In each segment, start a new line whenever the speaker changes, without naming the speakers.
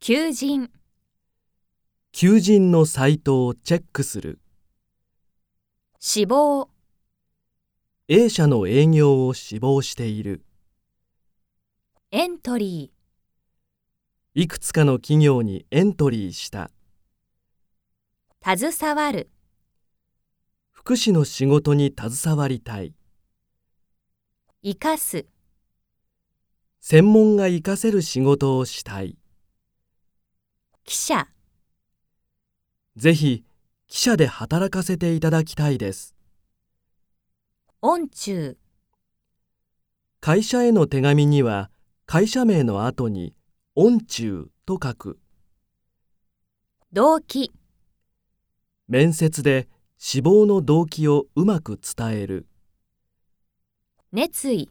求人、
求人のサイトをチェックする。
死亡、
A 社の営業を志望している。
エントリー、
いくつかの企業にエントリーした。
携わる、
福祉の仕事に携わりたい。
生かす、
専門が活かせる仕事をしたい。
記者、
ぜひ、記者で働かせていただきたいです。
音中、
会社への手紙には、会社名の後に、恩中と書く。
動機、
面接で志望の動機をうまく伝える。
熱意、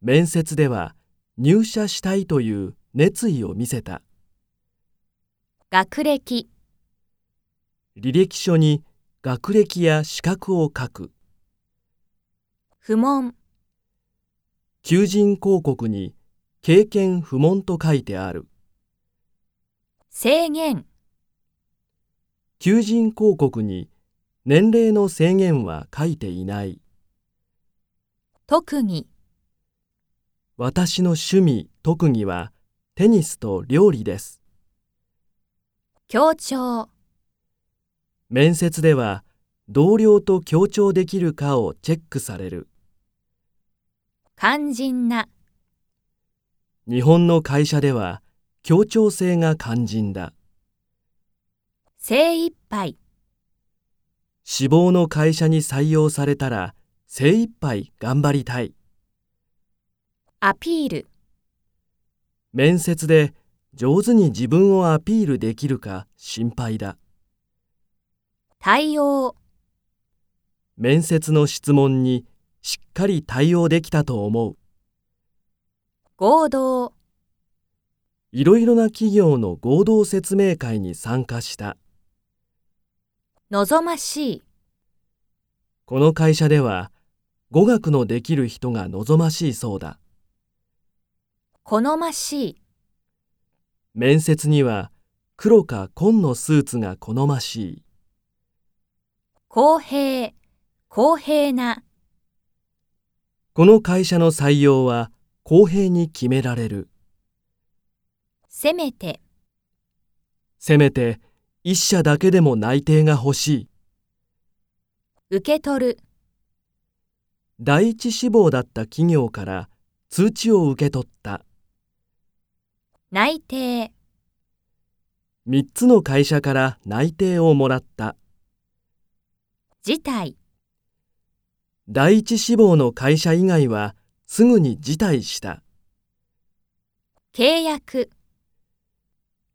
面接では入社したいという熱意を見せた
学歴、
履歴書に学歴や資格を書く
不問、
求人広告に経験不問と書いてある
制限、
求人広告に年齢の制限は書いていない
特技、
私の趣味特技はテニスと料理です
協調、
面接では同僚と協調できるかをチェックされる
肝心な、
日本の会社では協調性が肝心だ
精一杯、
志望の会社に採用されたら精一杯頑張りたい。
アピール、
面接で上手に自分をアピールできるか心配だ。
対応、
面接の質問にしっかり対応できたと思う。
合同、
いろいろな企業の合同説明会に参加した。
望ましい、
この会社では語学のできる人が望ましいそうだ。
好ましい、
面接には黒か紺のスーツが好ましい。
公平、公平な、
この会社の採用は公平に決められる。
せめて、
せめて一社だけでも内定が欲しい。
受け取る、
第一志望だった企業から通知を受け取った。
内定、
3つの会社から内定をもらった。
事態、
第一志望の会社以外はすぐに辞退した。
契約、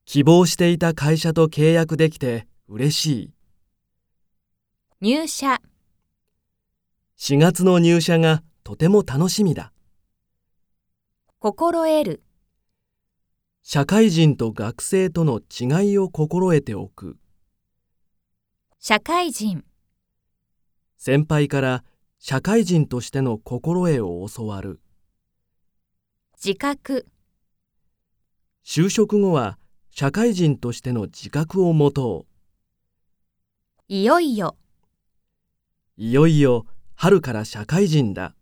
希望していた会社と契約できて嬉しい。
入社、
4月の入社がとても楽しみだ。
心得る、
社会人と学生との違いを心得ておく。
社会人、
先輩から社会人としての心得を教わる。
自覚、
就職後は社会人としての自覚を持と
いよいよ。
う。いよいよ春から社会人だ。